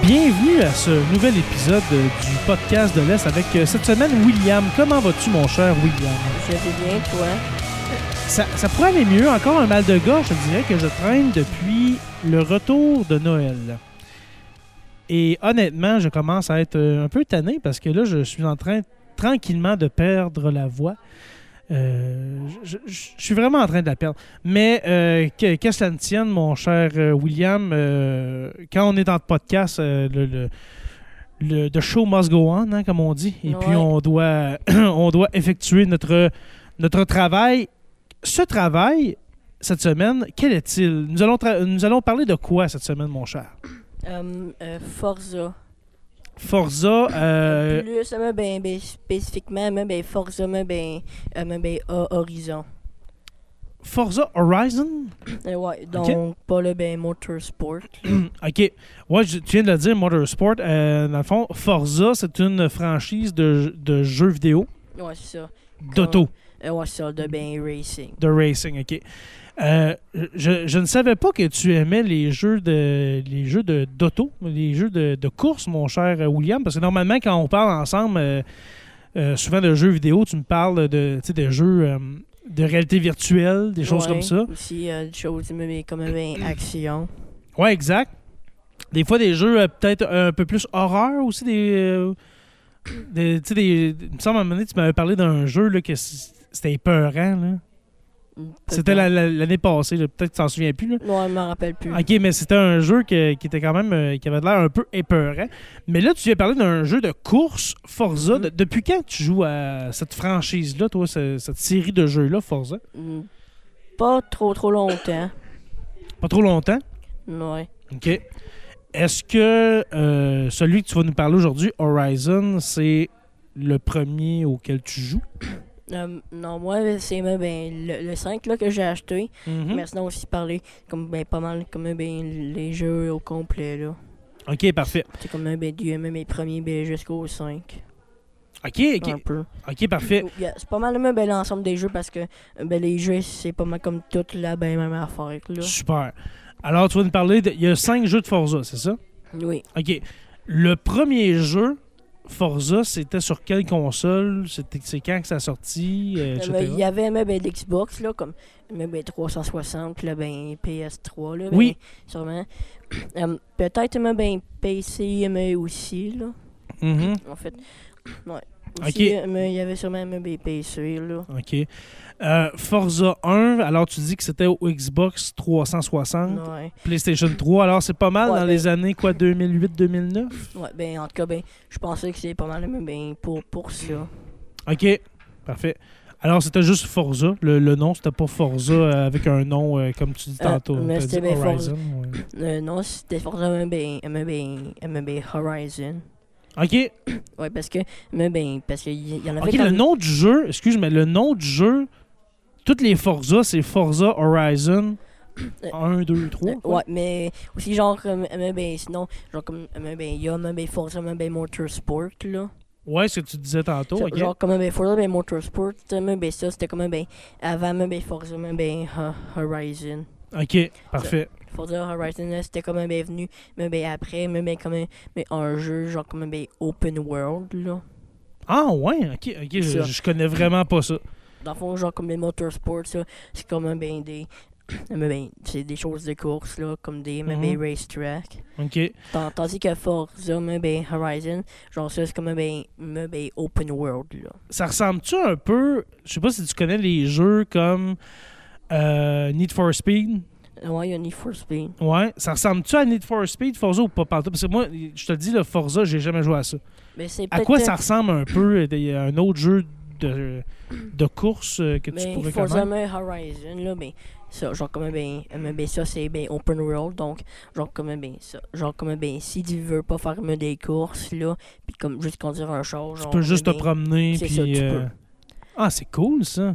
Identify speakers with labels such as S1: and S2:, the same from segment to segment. S1: bienvenue à ce nouvel épisode euh, du podcast de l'Est avec euh, cette semaine William. Comment vas-tu, mon cher William?
S2: Je vais bien, toi.
S1: Ça, ça pourrait aller mieux. Encore un mal de gorge, je dirais, que je traîne depuis le retour de Noël. Et honnêtement, je commence à être euh, un peu tanné parce que là, je suis en train tranquillement de perdre la voix. Euh, je, je- je suis vraiment en train de la perdre. Mais euh, que, que cela ne tienne, mon cher euh, William, euh, quand on est dans le podcast, euh, le, le- le- the show must go on, hein, comme on dit. Et
S2: Ouais.
S1: puis on doit, on doit effectuer notre, notre travail. Ce travail, cette semaine, quel est-il? Nous allons, tra- nous allons parler de quoi cette semaine, mon cher?
S2: Hum, euh, Forza.
S1: Forza, euh,
S2: Plus, euh, ben, ben, spécifiquement, mais ben, Forza, mais ben, euh, mais ben, euh, Horizon.
S1: Forza Horizon?
S2: Euh, ouais, donc, pas le ben, Motorsport.
S1: OK. Ouais, je- tu viens de le dire, Motorsport. euh, dans le fond, Forza, c'est une franchise de, de jeux vidéo,
S2: Ouais, c'est ça.
S1: d'auto,
S2: Euh, ouais, c'est ça, de ben, Racing.
S1: de racing, OK. Euh, je, je ne savais pas que tu aimais les jeux de les jeux de d'auto, les jeux de, de course, mon cher euh, William, parce que normalement, quand on parle ensemble, euh, euh, souvent de jeux vidéo, tu me parles de, tu sais, de jeux euh, de réalité virtuelle, des choses
S2: Ouais,
S1: comme ça.
S2: Aussi, euh, des choses mais, ben, comme ben, Action.
S1: Ouais, exact. Des fois, des jeux euh, peut-être un peu plus horreur aussi. Des, euh, des- tu sais, des, il me semble à un moment donné, tu m'avais parlé d'un jeu là, que c- c'était épeurant. là. C'était la- la- l'année passée, là. peut-être que tu t'en souviens plus. là.
S2: Non, je m'en rappelle plus.
S1: Ok, mais c'était un jeu que- qui était quand même euh, qui avait l'air un peu épeurant. Mais là, tu viens parler d'un jeu de course Forza.
S2: Mhm.
S1: De- depuis quand tu joues à cette franchise-là, toi, ce- cette série de jeux-là, Forza
S2: Hum, Pas trop, trop longtemps.
S1: Pas trop longtemps.
S2: Ouais.
S1: OK. Est-ce que euh, celui que tu vas nous parler aujourd'hui, Horizon, c'est le premier auquel tu joues?
S2: Hum, non, moi, ben, c'est ben, ben, le, le 5 là, que j'ai acheté.
S1: Hmm? Mm-hmm.
S2: Mais sinon aussi parler comme ben pas mal comme ben les jeux au complet là.
S1: OK, parfait.
S2: C'est comme ben du même mes premiers ben jusqu'au 5.
S1: OK,
S2: Un
S1: OK,
S2: peu.
S1: OK, parfait.
S2: Yeah, c'est pas mal même ben, l'ensemble des jeux parce que ben les jeux c'est pas mal comme toute la ben même affaire là.
S1: Super. Alors, tu vas nous parler de... Il y a cinq jeux de Forza, c'est ça?
S2: Oui.
S1: OK. Le premier jeu, Forza, c'était sur quelle console? C'était- C'est quand que ça a sorti? euh,
S2: Ben,
S1: etc.?
S2: ben, Il y avait même ben, l'Xbox là comme ben, ben 360 là ben PS3 là. ben,
S1: Oui.
S2: Sûrement. Hum, peut-être même ben PC mais E aussi là
S1: Mhm.
S2: en fait. Ouais.
S1: Ok.
S2: Aussi, euh, mais il y avait sûrement même ben PC là.
S1: OK. Euh, Forza 1, alors tu dis que c'était au Xbox 360.
S2: Ouais.
S1: PlayStation 3, alors c'est pas mal
S2: Ouais,
S1: dans
S2: ben-
S1: les années quoi 2008-2009.
S2: Ouais, ben en tout cas, ben, je pensais que c'est pas mal, mais ben pour, pour ça.
S1: OK, parfait. Alors c'était juste Forza, le, le nom, c'était pas Forza euh, avec un nom euh, comme tu dis
S2: Ah,
S1: tantôt.
S2: mais
S1: T'as
S2: c'était
S1: dit
S2: bien
S1: Horizon, ouais.
S2: Euh, non, c'était forcément ben, mais ben, mais ben Horizon.
S1: OK,
S2: Ouais, parce que, mais ben, parce qu'il y y en avait
S1: OK,
S2: quand
S1: le
S2: même-
S1: nom du jeu, excuse mais le nom du jeu toutes les Forza, c'est Forza Horizon
S2: Euh,
S1: 1 2 3.
S2: Euh, ouais, mais aussi genre comme, mais ben sinon, genre comme, mais ben il y a mais ben Forza, mais ben Motorsport là.
S1: Ouais, ce que tu disais tantôt,
S2: Ça,
S1: OK.
S2: Genre comme ben Forza, ben Motorsport, mais ben ça c'était comme ben avant mais ben Forza, mais ben Ho- Horizon.
S1: OK, parfait.
S2: Forza Horizon là, c'était comme ben venu, mais ben après, mais ben comme mais un jeu genre comme ben open world là.
S1: Ah ouais, OK, OK, je,
S2: Ça.
S1: je connais vraiment pas ça.
S2: Dans le fond, genre comme les motorsports, là, c'est comme un ben des. mais ben, c'est des choses de course, là, comme des mais ben,
S1: Mhm.
S2: racetrack.
S1: OK.
S2: Tant- Tandis que Forza, mais ben, Horizon, genre ça, c'est comme un ben, mais ben, open world, là.
S1: ça ressemble-tu un peu, je sais pas si tu connais les jeux comme euh, Need for Speed?
S2: Ouais, il y a Need for Speed.
S1: Ouais, ça ressemble-tu à Need for Speed, Forza ou pas partout? Parce que moi, je te le dis, le Forza, j'ai jamais joué à ça.
S2: Mais c'est
S1: À
S2: peut-être,
S1: quoi
S2: euh,
S1: ça ressemble un peu euh, à un autre jeu de, de course euh, que tu
S2: ben,
S1: pourrais
S2: Forza,
S1: connaître?
S2: mais Horizon, là, ben, ça, genre comme un ben, mais ben, ça, c'est ben, open world, donc, genre comme un ben, ça. Genre comme un ben, si tu veux pas faire mais, des courses, là, puis comme juste conduire un char,
S1: Tu
S2: genre.
S1: peux juste te
S2: mais, ben,
S1: promener.
S2: c'est
S1: Puis,
S2: ça, tu peux.
S1: euh, Ah, c'est cool ça.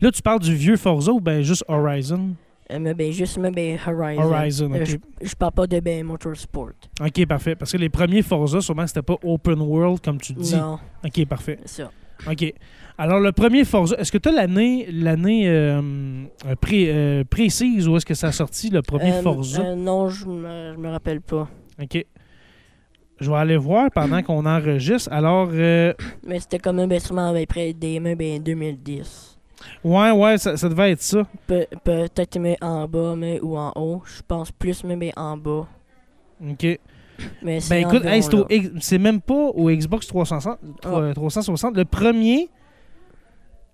S1: Là, tu parles du vieux Forza ou ben juste Horizon?
S2: euh, mais ben, juste, mais ben, Horizon.
S1: Horizon,
S2: Euh,
S1: ok.
S2: Je parle pas de ben Motorsport.
S1: Ok, parfait. Parce que les premiers Forza, sûrement, c'était pas open world comme tu dis.
S2: Non,
S1: Ok, parfait.
S2: ça.
S1: OK. Alors, le premier Forza, est-ce que tu as l'année, l'année euh, euh, pré- euh, précise où est-ce que ça a sorti, le premier
S2: Euh,
S1: Forza?
S2: euh, non, je me, je me rappelle pas.
S1: OK. Je vais aller voir pendant qu'on enregistre. Alors, euh,
S2: Mais c'était quand même ben, sûrement ben, près des mains, ben, 2010.
S1: ouais, ouais, ça, ça devait être ça.
S2: Pe- Peut-être mais en bas mais, ou en haut. Je pense plus mais, ben, en bas.
S1: OK.
S2: Mais c'est
S1: Ben écoute, hey, c'est
S2: environ Ah.
S1: au
S2: là.
S1: X- c'est même pas au Xbox 360. trois- 360. Le premier,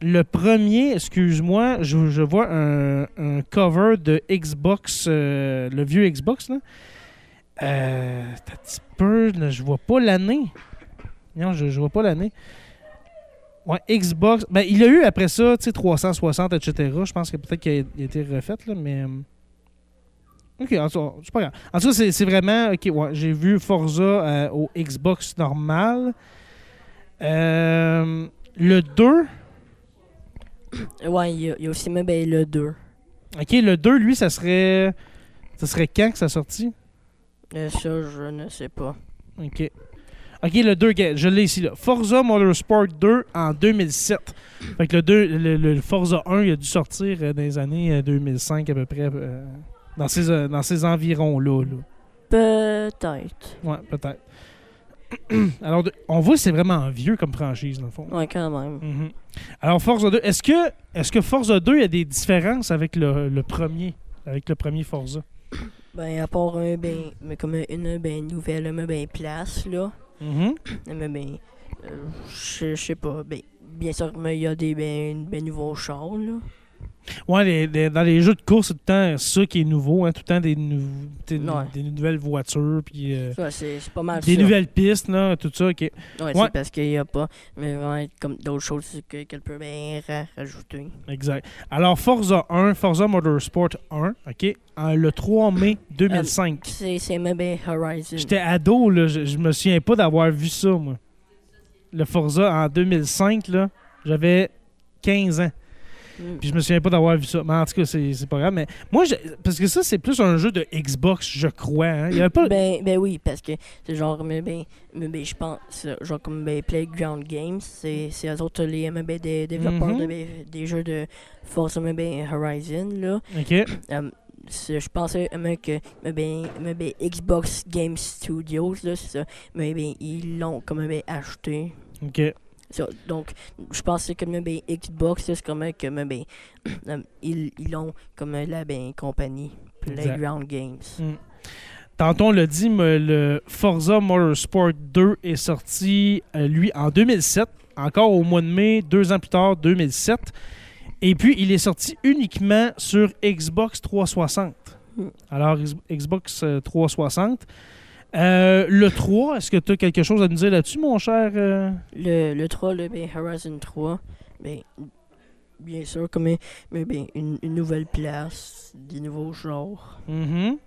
S1: le premier, excuse-moi, je, je vois un, un cover de Xbox, euh, le vieux Xbox. Là. Euh, t'as un petit peu, là, je vois pas l'année. Non, je, je vois pas l'année. Ouais, Xbox. Ben, il a eu après ça, tu sais, 360, etc. Je pense que peut-être qu'il a, il a été refait, là, mais. euh, Ok, en tout cas, c'est pas grave. En tout cas, c'est, c'est vraiment. Ok, ouais, j'ai vu Forza euh, au Xbox normal. Euh, le 2.
S2: Ouais, il y, a- il y a aussi mais, ben, le 2.
S1: Ok, le 2, lui, ça serait. Ça serait quand que ça sortit
S2: Euh, ça, je ne sais pas.
S1: Ok. Ok, le 2, ok, je l'ai ici, là. Forza Motorsport 2 en 2007. Fait que le, 2, le, le- le Forza 1, il a dû sortir euh, dans les années euh, 2005 à peu près. euh, dans ces, euh, dans ces environs-là. là.
S2: Peut-être.
S1: Ouais, peut-être. Alors, de- on voit que c'est vraiment vieux comme franchise, dans le fond.
S2: Ouais, quand même.
S1: Mhm. Alors, Forza 2, est-ce que, est que Forza 2 il y a des différences avec le, le premier avec le premier Forza?
S2: Ben, à part un, ben, mais comme une ben, nouvelle mais, ben, place, là. Mais ben, euh, je je sais pas. Ben, bien sûr, mais il y a des ben, ben, nouveaux chars, là.
S1: Ouais, les- les- dans les jeux de course, c'est tout le temps ça qui est nouveau, hein, tout le temps des, nou- des,
S2: Ouais.
S1: des nouvelles voitures, puis euh,
S2: Ça, c'est c'est pas mal
S1: des
S2: ça.
S1: nouvelles pistes, là, tout ça. ok.
S2: Ouais,
S1: Ouais.
S2: c'est parce qu'il y a pas, mais vraiment, comme d'autres choses que- qu'elle peut bien ra- rajouter.
S1: Exact. Alors, Forza 1, Forza Motorsport 1, ok, en- le 3 mai 2005.
S2: C'est c'est même ben, Horizon.
S1: J'étais ado, là, je, je me souviens pas d'avoir vu ça, moi. Le Forza en 2005, là, j'avais 15 ans.
S2: Mm.
S1: Puis je me souviens pas d'avoir vu ça. Mais en tout cas, c'est c'est pas grave. Mais moi, je- parce que ça, c'est plus un jeu de Xbox, je crois. hein. Il y avait pas.
S2: Ben, ben oui, parce que c'est genre, mais ben, mais ben, je pense, euh, genre comme ben, Playground Games, c'est c'est eux autres les mais ben, des développeurs
S1: Mhm.
S2: de, ben, des jeux de Forza mais ben, Horizon, là.
S1: Ok.
S2: Euh, c'est- je pensais euh, mais que mais ben, mais ben, Xbox Game Studios, là, c'est ça, mais ben, ils l'ont comme ben, acheté.
S1: Ok.
S2: Ça, donc, je pensais que mais ben, Xbox, là, c'est comme euh, que mais ben, euh, ils ils l'ont comme euh, la ben, compagnie
S1: Exact.
S2: Playground Games.
S1: Tantôt, on l'a dit, mais le Forza Motorsport 2 est sorti, euh, lui, en 2007. Encore au mois de mai, deux ans plus tard, 2007. Et puis, il est sorti uniquement sur Xbox 360.
S2: Hmm.
S1: Alors, X- Xbox euh, 360. Euh, le 3, est-ce que tu as quelque chose à nous dire là-dessus, mon cher? euh?
S2: Le, le 3, là, ben, Horizon 3, ben, bien sûr, comme un- mais, ben, une, une nouvelle place, des nouveaux genres.
S1: Mhm.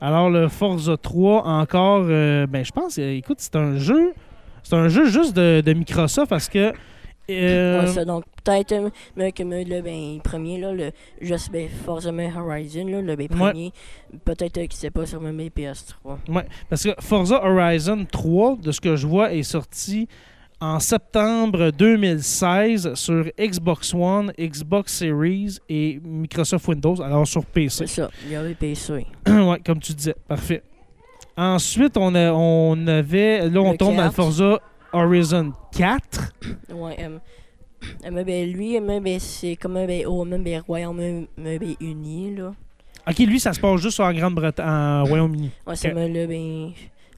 S1: Alors le Forza 3 encore, euh, ben je pense, euh, écoute, c'est un jeu, c'est un jeu juste de, de Microsoft parce que euh,
S2: Ouais, ça, donc, peut-être euh, mais que mais, le ben, premier, là, le, juste ben, Forza mais Horizon, là, le ben,
S1: Ouais.
S2: premier, peut-être euh, que c'est pas sur même les PS3.
S1: ouais, parce que Forza Horizon 3, de ce que je vois, est sorti en septembre 2016 sur Xbox One, Xbox Series et Microsoft Windows, alors sur PC.
S2: C'est ça, il y avait PC.
S1: ouais, comme tu disais. Parfait. Ensuite, on, a- on avait. Là, on
S2: Le
S1: tombe dans le
S2: 4.
S1: Forza Horizon 4.
S2: Ouais, euh, euh, mais, ben, lui, euh, mais, ben, c'est comme euh, ben, au même ben, Royaume-Uni, ben, là.
S1: Ok, lui, ça se passe juste en Grande-Bretagne, en Royaume-Uni.
S2: Ouais, c'est mais le ben,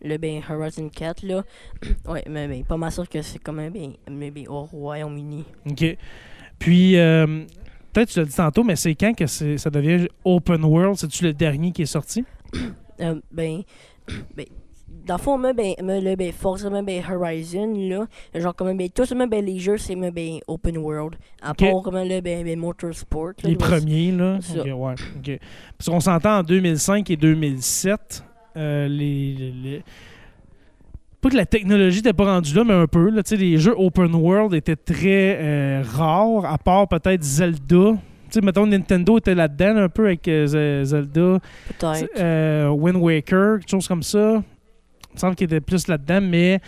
S2: le ben Horizon 4 là. ouais, mais ben, pas mal sûr que c'est comme un ben, mais ben, au Royaume-Uni.
S1: Ok. Puis, euh, peut-être tu l'as dit tantôt, mais c'est quand que c'est- ça devient open world C'est-tu le dernier qui est sorti
S2: Euh, ben, ben, dans le fond, mais ben, mais le ben Forza mais ben Horizon là, genre comme ben tous mais ben les jeux c'est mais ben open world. À
S1: Ok.
S2: part comme le ben, ben Motorsport. là,
S1: Les
S2: ouais,
S1: premiers, là.
S2: c'est ça.
S1: Ok, ouais, ok. Parce qu'on s'entend en 2005 et 2007. euh, les, les- les- Pas que la technologie n'était pas rendue là, mais un peu. Là, Tu sais, les jeux open world étaient très euh, rares, à part peut-être Zelda. Tu sais, mettons, Nintendo était là-dedans un peu avec euh, Ze- Zelda.
S2: Peut-être.
S1: Euh, Wind Waker, quelque chose comme ça. Il me semble qu'il était plus là-dedans, mais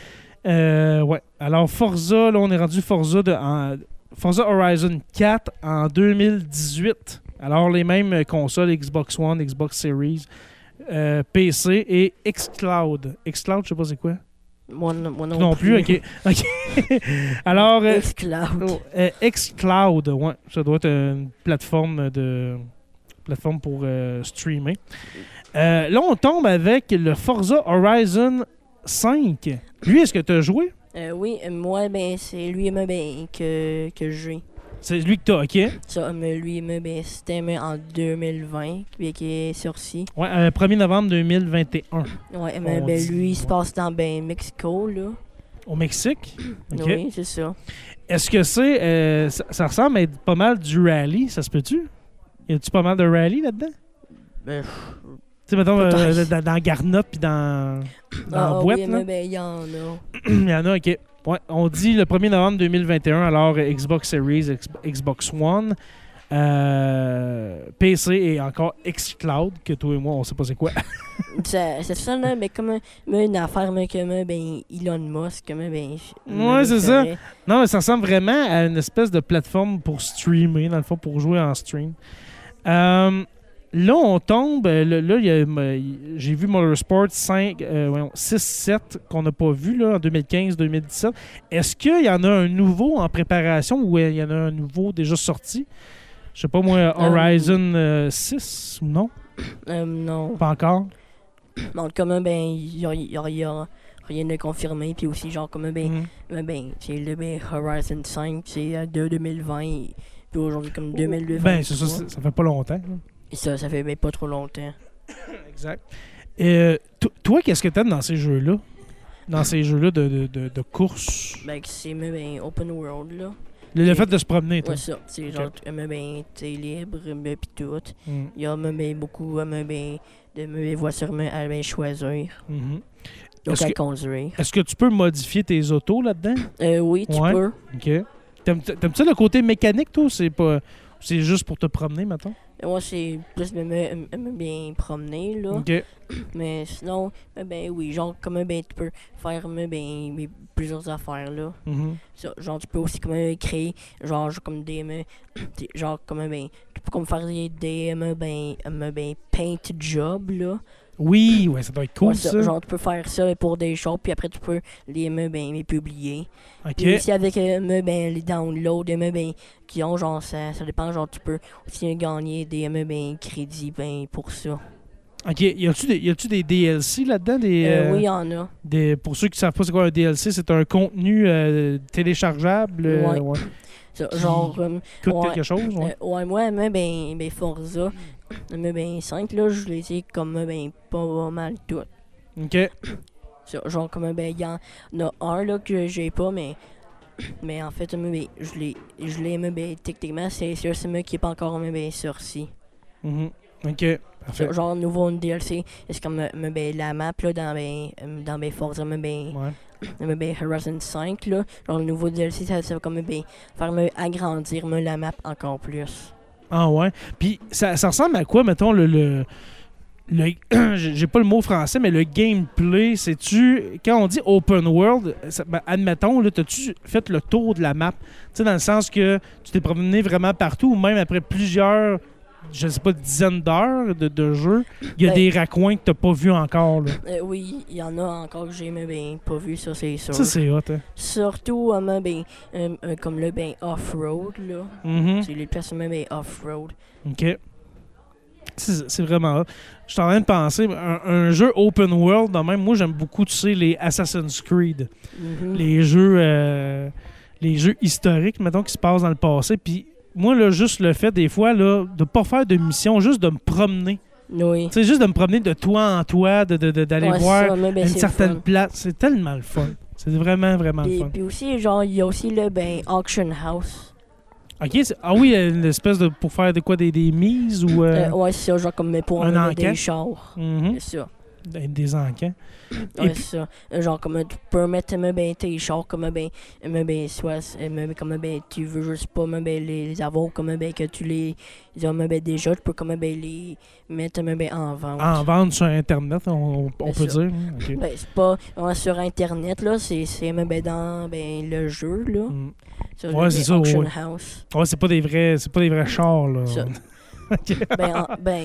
S1: euh, ouais. Alors Forza, là, on est rendu Forza de en- Forza Horizon 4 en 2018. Alors les mêmes consoles Xbox One, Xbox Series, euh, PC et Xcloud. Xcloud, je sais pas c'est quoi.
S2: Moi, non- moi non,
S1: Non plus, ok. Ok. Alors, euh,
S2: Xcloud.
S1: oh, euh, Xcloud, ouais, ça doit être une plateforme de plateforme pour euh, streamer. Euh, là, on tombe avec le Forza Horizon 5. Lui, est-ce que tu as joué?
S2: Euh, oui, euh, moi, ben, c'est lui, moi, ben, que, que j'ai.
S1: C'est lui que tu as, OK.
S2: Ça, mais lui, moi, ben, c'était moi, en 2020, puis qui est sorti.
S1: Ouais, euh, 1er novembre 2021.
S2: Ouais, mais
S1: On
S2: ben,
S1: dit-
S2: lui, il se
S1: ouais.
S2: passe dans, ben, Mexico, là.
S1: Au Mexique. OK.
S2: Oui, c'est ça.
S1: Est-ce que c'est. euh, ça, ça ressemble à être pas mal du rallye, ça se peut-tu? Y a-tu pas mal de rallye là-dedans?
S2: Ben,
S1: Tu sais, mettons, euh,
S2: Peut-être.
S1: dans, dans Garnotte puis dans. Dans la
S2: ah,
S1: boîte,
S2: oui,
S1: là?
S2: mais ben, il y en a.
S1: Il y en a, ok. Ouais, on dit le 1er novembre 2021, alors euh, Xbox Series, Ex- Xbox One, euh, PC et encore Xcloud, que toi et moi, on sait pas c'est quoi.
S2: Ça- C'est ça, là, mais comme euh, mais une affaire, mais comme, euh, ben, Elon Musk, comme, euh, ben...
S1: Ouais,
S2: euh,
S1: c'est ça.
S2: ferait.
S1: non, mais ça ressemble vraiment à une espèce de plateforme pour streamer, dans le fond, pour jouer en stream. Euh, là, on tombe. euh, le- Là, il y a, euh, j'ai vu Motorsport 5, euh, voyons, 6-7 qu'on n'a pas vu là, en 2015-2017. Est-ce qu'il y en a un nouveau en préparation ou euh, il y en a un nouveau déjà sorti? Je sais pas moi, Horizon euh, 6 ou non?
S2: Euh, non.
S1: Pas encore.
S2: Dans le commun, ben, il y a, il y a- il y a rien de confirmé. Puis aussi, genre, comme, ben,
S1: Mhm.
S2: ben, ben, c'est le ben, Horizon 5, c'est euh, de 2020. Puis aujourd'hui, comme 2020.
S1: Ben, c'est ça, c'est- ça fait pas longtemps. là.
S2: Et ça, ça fait ben, pas trop longtemps.
S1: Exact. Euh, to- toi, qu'est-ce que t'aimes dans ces jeux-là? Dans ces jeux-là de, de, de- de course?
S2: Ben, que c'est, mais, ben, open world, là.
S1: Le, le fait de se promener, toi.
S2: Ouais, ça. C'est
S1: Ok.
S2: genre, euh, mais, ben, t'es libre, ben, pis tout.
S1: Mm.
S2: Il y a, mais, ben, beaucoup, euh, mais, ben, de, mais, voitures, mais, à, ben, choisir.
S1: Mhm.
S2: Donc,
S1: Est-ce
S2: à
S1: que-
S2: conduire.
S1: Est-ce que tu peux modifier tes autos là-dedans?
S2: Euh, oui, tu
S1: Ouais.
S2: peux.
S1: OK. T'aimes- T'aimes ça le côté mécanique, toi? ou C'est pas... C'est juste pour te promener, maintenant.
S2: Moi, c'est plus, mais, ben, euh, bien promener, là.
S1: OK.
S2: Mais sinon, ben, ben oui, genre, comme ben, tu peux faire ben, ben, ben, plusieurs affaires là.
S1: Mhm.
S2: Ça, genre, tu peux aussi comme euh, créer, genre, genre, comme des. ben, des- genre, comme ben, tu peux comme faire des, des ben, ben, ben, ben, paint job là.
S1: Oui, ouais, ça doit être cool,
S2: Ouais,
S1: ça.
S2: ça, Genre, tu peux faire ça pour des choses, puis après, tu peux les, ben, ben, les publier.
S1: OK.
S2: Puis aussi avec euh, ben, ben, les downloads, ben, ben, qui ont, genre, ça, ça dépend, genre, tu peux aussi gagner des ben, ben, crédits ben, pour ça.
S1: OK. Y a-tu des, y a-tu des DLC là-dedans? Des,
S2: Euh,
S1: euh,
S2: oui, il y en a.
S1: des- pour ceux qui savent pas c'est quoi un DLC, c'est un contenu euh, téléchargeable euh,
S2: Ouais.
S1: ouais,
S2: Ça,
S1: Qui-
S2: genre. euh,
S1: qui coûte
S2: Ouais.
S1: quelque chose. ouais.
S2: Euh, ouais, moi, mais ben, ben Forza, mais ben 5, là, je les ai comme ben pas mal toutes. Euh,
S1: OK.
S2: Ça, Genre comme ben, il y en a un là que j'ai pas, mais mais en fait, mais, ben, je l'ai, je l'ai, mais ben, techniquement, c'est sûr, c'est moi qui est pas encore mais ben sorti.
S1: Mhm. OK. Parfait.
S2: Ça, Genre nouveau DLC, c'est comme mais ben la map là dans ben euh, dans ben Forza, mais ben,
S1: Ouais.
S2: mais ben Horizon 5 là, genre le nouveau DLC, ça, ça va comme ben faire me agrandir me la map encore plus.
S1: Ah ouais. Puis ça, ça ressemble à quoi, mettons, le. le, le- j'ai j'ai pas le mot français, mais le gameplay, c'est-tu. Quand on dit open world, ça- ben, admettons, là, t'as-tu fait le tour de la map? Tu sais, dans le sens que tu t'es promené vraiment partout, ou même après plusieurs, je sais pas, dizaines d'heures de, de jeu, il y a
S2: Ben-
S1: des raccoins que t'as pas vu encore, là.
S2: Euh, oui, il y en a encore que j'ai mais ben pas vu ça, c'est sûr.
S1: Ça, c'est hot, hein.
S2: Surtout euh, mais, ben, euh, euh, comme le ben off-road là.
S1: Mhm.
S2: C'est les places mais, ben off-road.
S1: OK. C'est c'est vraiment hot. Je suis en train de penser, un, un jeu open world, de même, moi, j'aime beaucoup, tu sais, les Assassin's Creed.
S2: Mhm.
S1: les jeux euh, les jeux historiques mettons qui se passent dans le passé puis moi là juste le fait des fois là de pas faire de mission juste de me promener
S2: Oui.
S1: tu sais juste de me promener de toi en toi de de- de- d'aller
S2: Ouais,
S1: voir
S2: ça, mais, ben,
S1: une
S2: c'est le
S1: certaine
S2: fun.
S1: place c'est tellement le fun c'est vraiment vraiment le
S2: Puis,
S1: fun
S2: puis aussi genre il y a aussi le ben auction house.
S1: ok c'est- ah oui euh, une espèce de pour faire de quoi des, des mises ou euh,
S2: Euh, ouais, c'est ça genre comme mais pour
S1: Un
S2: euh,
S1: encan.
S2: des chars.
S1: mhm,
S2: C'est ça.
S1: des- des encans Et
S2: Ouais,
S1: puis-
S2: c'est ça. Euh, Genre comme euh, tu peux mettre mais, ben tes chars comme euh, ben euh, mais, ben soit euh, mais, ben, comme euh, ben tu veux juste pas mais, ben les, les avoir comme euh, ben que tu les les as mais, ben, déjà tu peux comme euh, ben les mettre mais, ben en vente.
S1: en vente sur internet on, on
S2: C'est
S1: peut
S2: ça.
S1: dire hein, ok.
S2: Ben, c'est pas vraiment sur Internet, là. C'est, c'est même ben, dans ben, le jeu, là.
S1: Mm.
S2: Sur
S1: Ouais,
S2: le-
S1: c'est
S2: ben,
S1: ça,
S2: Auction
S1: ouais.
S2: House.
S1: Ouais, c'est pas des vrais c'est pas des vrais chars là
S2: Ça.
S1: Ok.
S2: Ben, en- ben,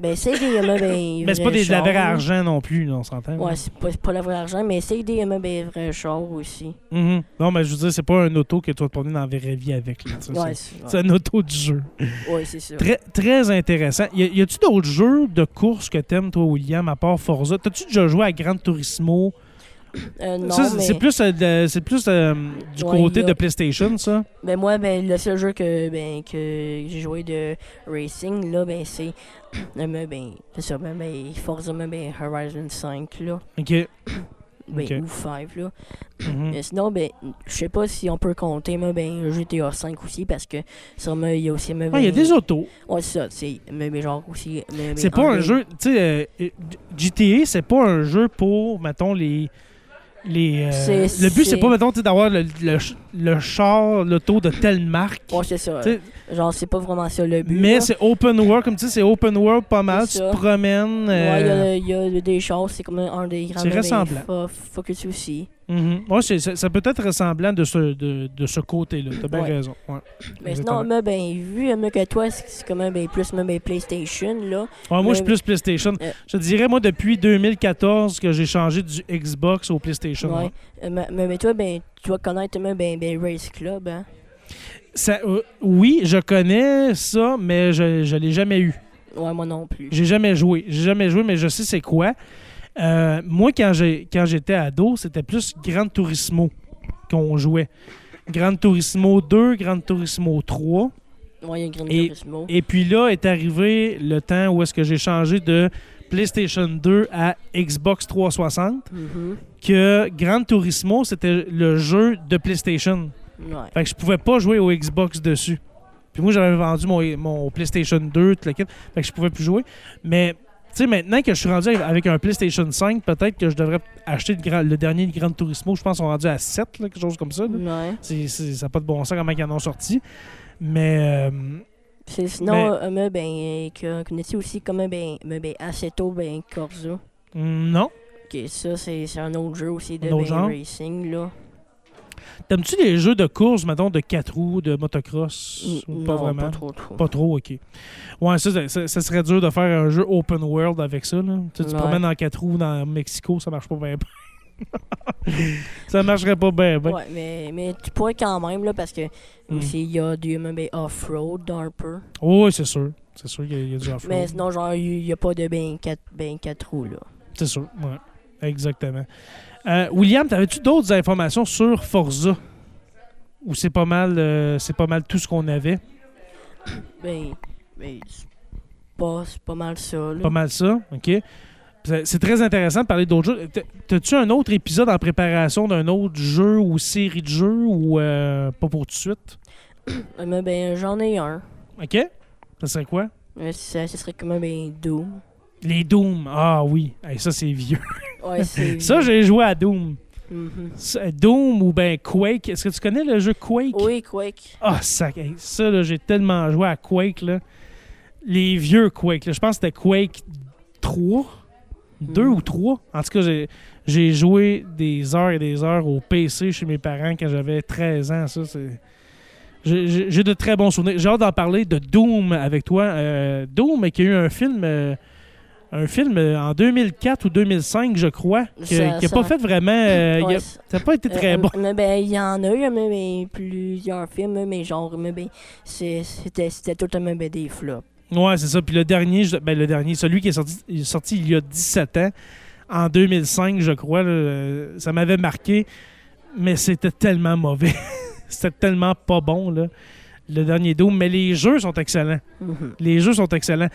S2: Ben, essaye des euh, ben,
S1: Mais c'est pas
S2: vrais
S1: des, de la
S2: chars,
S1: vraie
S2: là.
S1: argent non plus, là, on s'entend.
S2: Ouais, c'est pas, c'est pas la vraie argent, mais essaye des euh, ben, vrais chars aussi.
S1: Mhm. Non, mais je veux dire, c'est pas un auto que tu vas te promener dans la vraie vie avec. là, tu sais,
S2: Ouais,
S1: c'est
S2: c'est
S1: c'est un auto de jeu.
S2: ouais, c'est ça.
S1: Très, très intéressant. Y, a- y a-tu d'autres jeux de course que t'aimes, toi, William, à part Forza? T'as-tu déjà joué à Gran Turismo?
S2: Euh, non,
S1: ça, c'est-
S2: mais
S1: c'est plus, euh, de- c'est plus euh, du
S2: Ouais,
S1: côté
S2: y a-
S1: de PlayStation, ça?
S2: ben, moi, ben, le seul jeu que, ben, que j'ai joué de racing, là, ben, c'est euh, ben, ben, c'est ça, ben, ben, Forza ben, ben, Horizon 5, là,
S1: OK.
S2: ben,
S1: Ok.
S2: ou 5, là.
S1: Mhm.
S2: Mais sinon, ben, je sais pas si on peut compter, mais ben, GTA 5 aussi, parce que sûrement, il y a aussi... mais,
S1: Ah, il y a
S2: ben,
S1: des autos.
S2: Ouais, c'est ça, c'est... Mais, mais genre aussi... mais- mais
S1: C'est pas
S2: en
S1: un
S2: ligne.
S1: jeu. Tu sais, euh, GTA, c'est pas un jeu pour, mettons, les. les euh,
S2: C'est-
S1: le but, c'est
S2: c'est-
S1: pas, mettons, tu sais, d'avoir le, le, ch- le char, l'auto de telle marque.
S2: Ouais, c'est ça.
S1: Tu sais,
S2: Genre, c'est pas vraiment ça le but.
S1: mais
S2: là.
S1: c'est open world, comme tu dis, c'est open world pas mal. Tu
S2: C'est
S1: te
S2: ça.
S1: promènes.
S2: Ouais, il y
S1: euh,
S2: a- il y, a des choses, c'est comme un des grands...
S1: C'est
S2: mais
S1: ressemblant.
S2: Fo- Focus aussi.
S1: mhm. Ouais, c'est- ça, ça peut être ressemblant de ce, de, de ce côté-là. T'as bien
S2: Ouais.
S1: raison. Ouais.
S2: Mais
S1: Exactement.
S2: sinon, mais, ben, vu mais, que toi, c'est c'est comme ben, plus mais, ben, PlayStation, là.
S1: Ouais, moi,
S2: Mais-
S1: je suis plus PlayStation.
S2: Euh.
S1: Je te dirais, moi, depuis 2014 que j'ai changé du Xbox au PlayStation.
S2: Ouais.
S1: ouais.
S2: Euh, Mais, mais- mais toi, ben, tu vas connaître mais, ben, ben, Race Club, hein.
S1: Ça, euh, oui, je connais ça, mais je, je l'ai jamais eu.
S2: Ouais, moi non plus.
S1: J'ai jamais joué. J'ai jamais joué, mais je sais c'est quoi. Euh, moi, quand j'ai quand j'étais ado, c'était plus Gran Turismo qu'on jouait. Gran Turismo 2, Gran Turismo 3.
S2: Ouais, il y a une grande
S1: Et-
S2: Turismo.
S1: Et puis là est arrivé le temps où est-ce que j'ai changé de PlayStation 2 à Xbox 360,
S2: Mhm.
S1: que Gran Turismo, c'était le jeu de PlayStation.
S2: Ouais.
S1: Fait que je pouvais pas jouer au Xbox dessus. Puis moi, j'avais vendu mon, mon PlayStation 2, tout le kit. Fait que je pouvais plus jouer. Mais, tu sais, maintenant que je suis rendu avec un PlayStation 5, peut-être que je devrais acheter le, grand- le dernier de Gran Turismo. Je pense qu'on est rendu à 7, là, quelque chose comme ça. là.
S2: Ouais.
S1: C'est- c'est- ça n'a pas de bon sens comment ils en ont sorti. Mais, euh,
S2: C'est-
S1: Mais-
S2: Sinon, euh, mais, ben, euh, que- connais-tu aussi comme ben, ben, ben, Assetto ben, Corsa?
S1: non.
S2: Ok, ça, c'est c'est un autre jeu aussi de
S1: Un autre
S2: ben,
S1: genre?
S2: racing, là.
S1: T'aimes-tu les jeux de course, mettons, de 4 roues, de motocross?
S2: Mm,
S1: Ou
S2: non,
S1: pas vraiment.
S2: Pas trop, trop.
S1: Pas trop, ok. Ouais, ça, ça- ça, ça serait dur de faire un jeu open world avec ça. Là. Tu sais, tu te
S2: Ouais.
S1: promènes en quatre roues dans Mexico, ça marche pas bien. ça marcherait pas bien. ben.
S2: Ouais, mais, mais tu pourrais quand même, là, parce que
S1: Mm.
S2: aussi, il y a du ben, ben, off-road un peu.
S1: Oui, c'est sûr. C'est sûr qu'il y, a- il y a du
S2: Mais
S1: off-road.
S2: sinon, genre, il n'y a pas de ben 4 ben, quatre roues, là.
S1: C'est sûr, ouais. Exactement. Euh, William, t'avais-tu d'autres informations sur Forza? Ou c'est pas mal euh, c'est pas mal tout ce qu'on avait?
S2: Ben, ben c'est pas, c'est pas mal ça, là.
S1: Pas mal ça, OK. C'est- C'est très intéressant de parler d'autres jeux. T- T'as-tu un autre épisode en préparation d'un autre jeu ou série de jeux ou euh, pas pour tout de suite?
S2: Euh, Mais ben, j'en ai un.
S1: OK? Ça serait quoi?
S2: Euh, ça, ce serait comme ben Doom.
S1: Les Doom. Ah oui. Hey, ça, c'est vieux.
S2: Ouais, c'est...
S1: Ça, j'ai joué à Doom.
S2: Mhm.
S1: Ça, Doom ou ben Quake. Est-ce que tu connais le jeu Quake?
S2: Oui, Quake.
S1: Ah, ça, hey, ça là, j'ai tellement joué à Quake. Là. Les vieux Quake. là. Je pense que c'était Quake 3, 2
S2: Mm.
S1: ou 3. En tout cas, j'ai, j'ai joué des heures et des heures au PC chez mes parents quand j'avais 13 ans. Ça, c'est... J'ai, j'ai- j'ai de très bons souvenirs. J'ai hâte d'en parler de Doom avec toi. Euh, Doom, qui a eu un film. euh, un film euh, en 2004 ou 2005, je crois, que-
S2: Ça-
S1: qui n'a
S2: ça-
S1: pas fait vraiment. euh, il a-
S2: Ouais, c'est-
S1: ça n'a pas été très
S2: Euh,
S1: bon.
S2: Mais ben, il y en a eu, mais ben, plusieurs films, mais genre, mais ben, c'est- c'était c'était tout un ben, des flops.
S1: Ouais, c'est ça. Puis le dernier, je- ben, le dernier, celui qui est sorti, il est sorti il y a 17 ans, en 2005, je crois, là, euh, ça m'avait marqué, mais c'était tellement mauvais. c'était tellement pas bon, là, le dernier Doom. Mais les jeux sont excellents.
S2: Mhm.
S1: Les jeux sont excellents.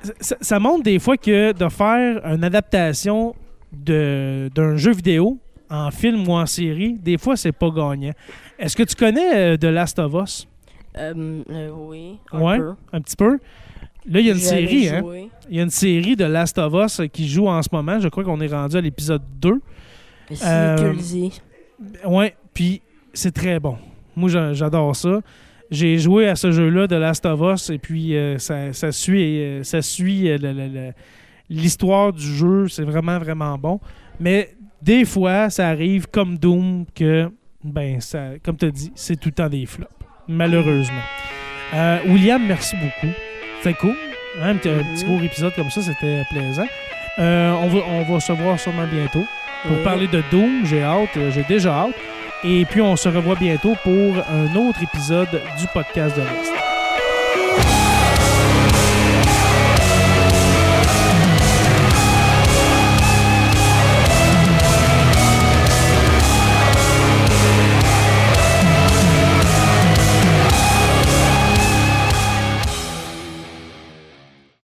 S1: Ça- Ça, ça montre des fois que de faire une adaptation de- d'un jeu vidéo en film ou en série, des fois, c'est pas gagnant. Est-ce que tu connais de The Last of Us?
S2: Euh, euh, oui, un
S1: Ouais,
S2: peu.
S1: Un petit peu. Là, il y a une
S2: J'avais
S1: série, hein?
S2: joué.
S1: Il y a une série de Last of Us qui joue en ce moment. Je crois qu'on est rendu à l'épisode 2.
S2: Si
S1: Euh,
S2: tu le dis.
S1: Ouais, puis c'est très bon. Moi, j'a- j'adore ça. J'ai joué à ce jeu-là de Last of Us et puis euh, ça, ça suit, euh, ça suit euh, le- le- le- l'histoire du jeu. C'est vraiment, vraiment bon. Mais des fois, ça arrive comme Doom que, ben, ça, comme tu as dit, c'est tout le temps des flops. Malheureusement. Euh, William, merci beaucoup. C'est cool. Hein, un, petit, un
S2: Mhm.
S1: petit court épisode comme ça, c'était plaisant. Euh, on, va, on va se voir sûrement bientôt pour
S2: Ouais.
S1: parler de Doom. J'ai hâte, euh, j'ai déjà hâte. Et puis, on se revoit bientôt pour un autre épisode du podcast de l'Est.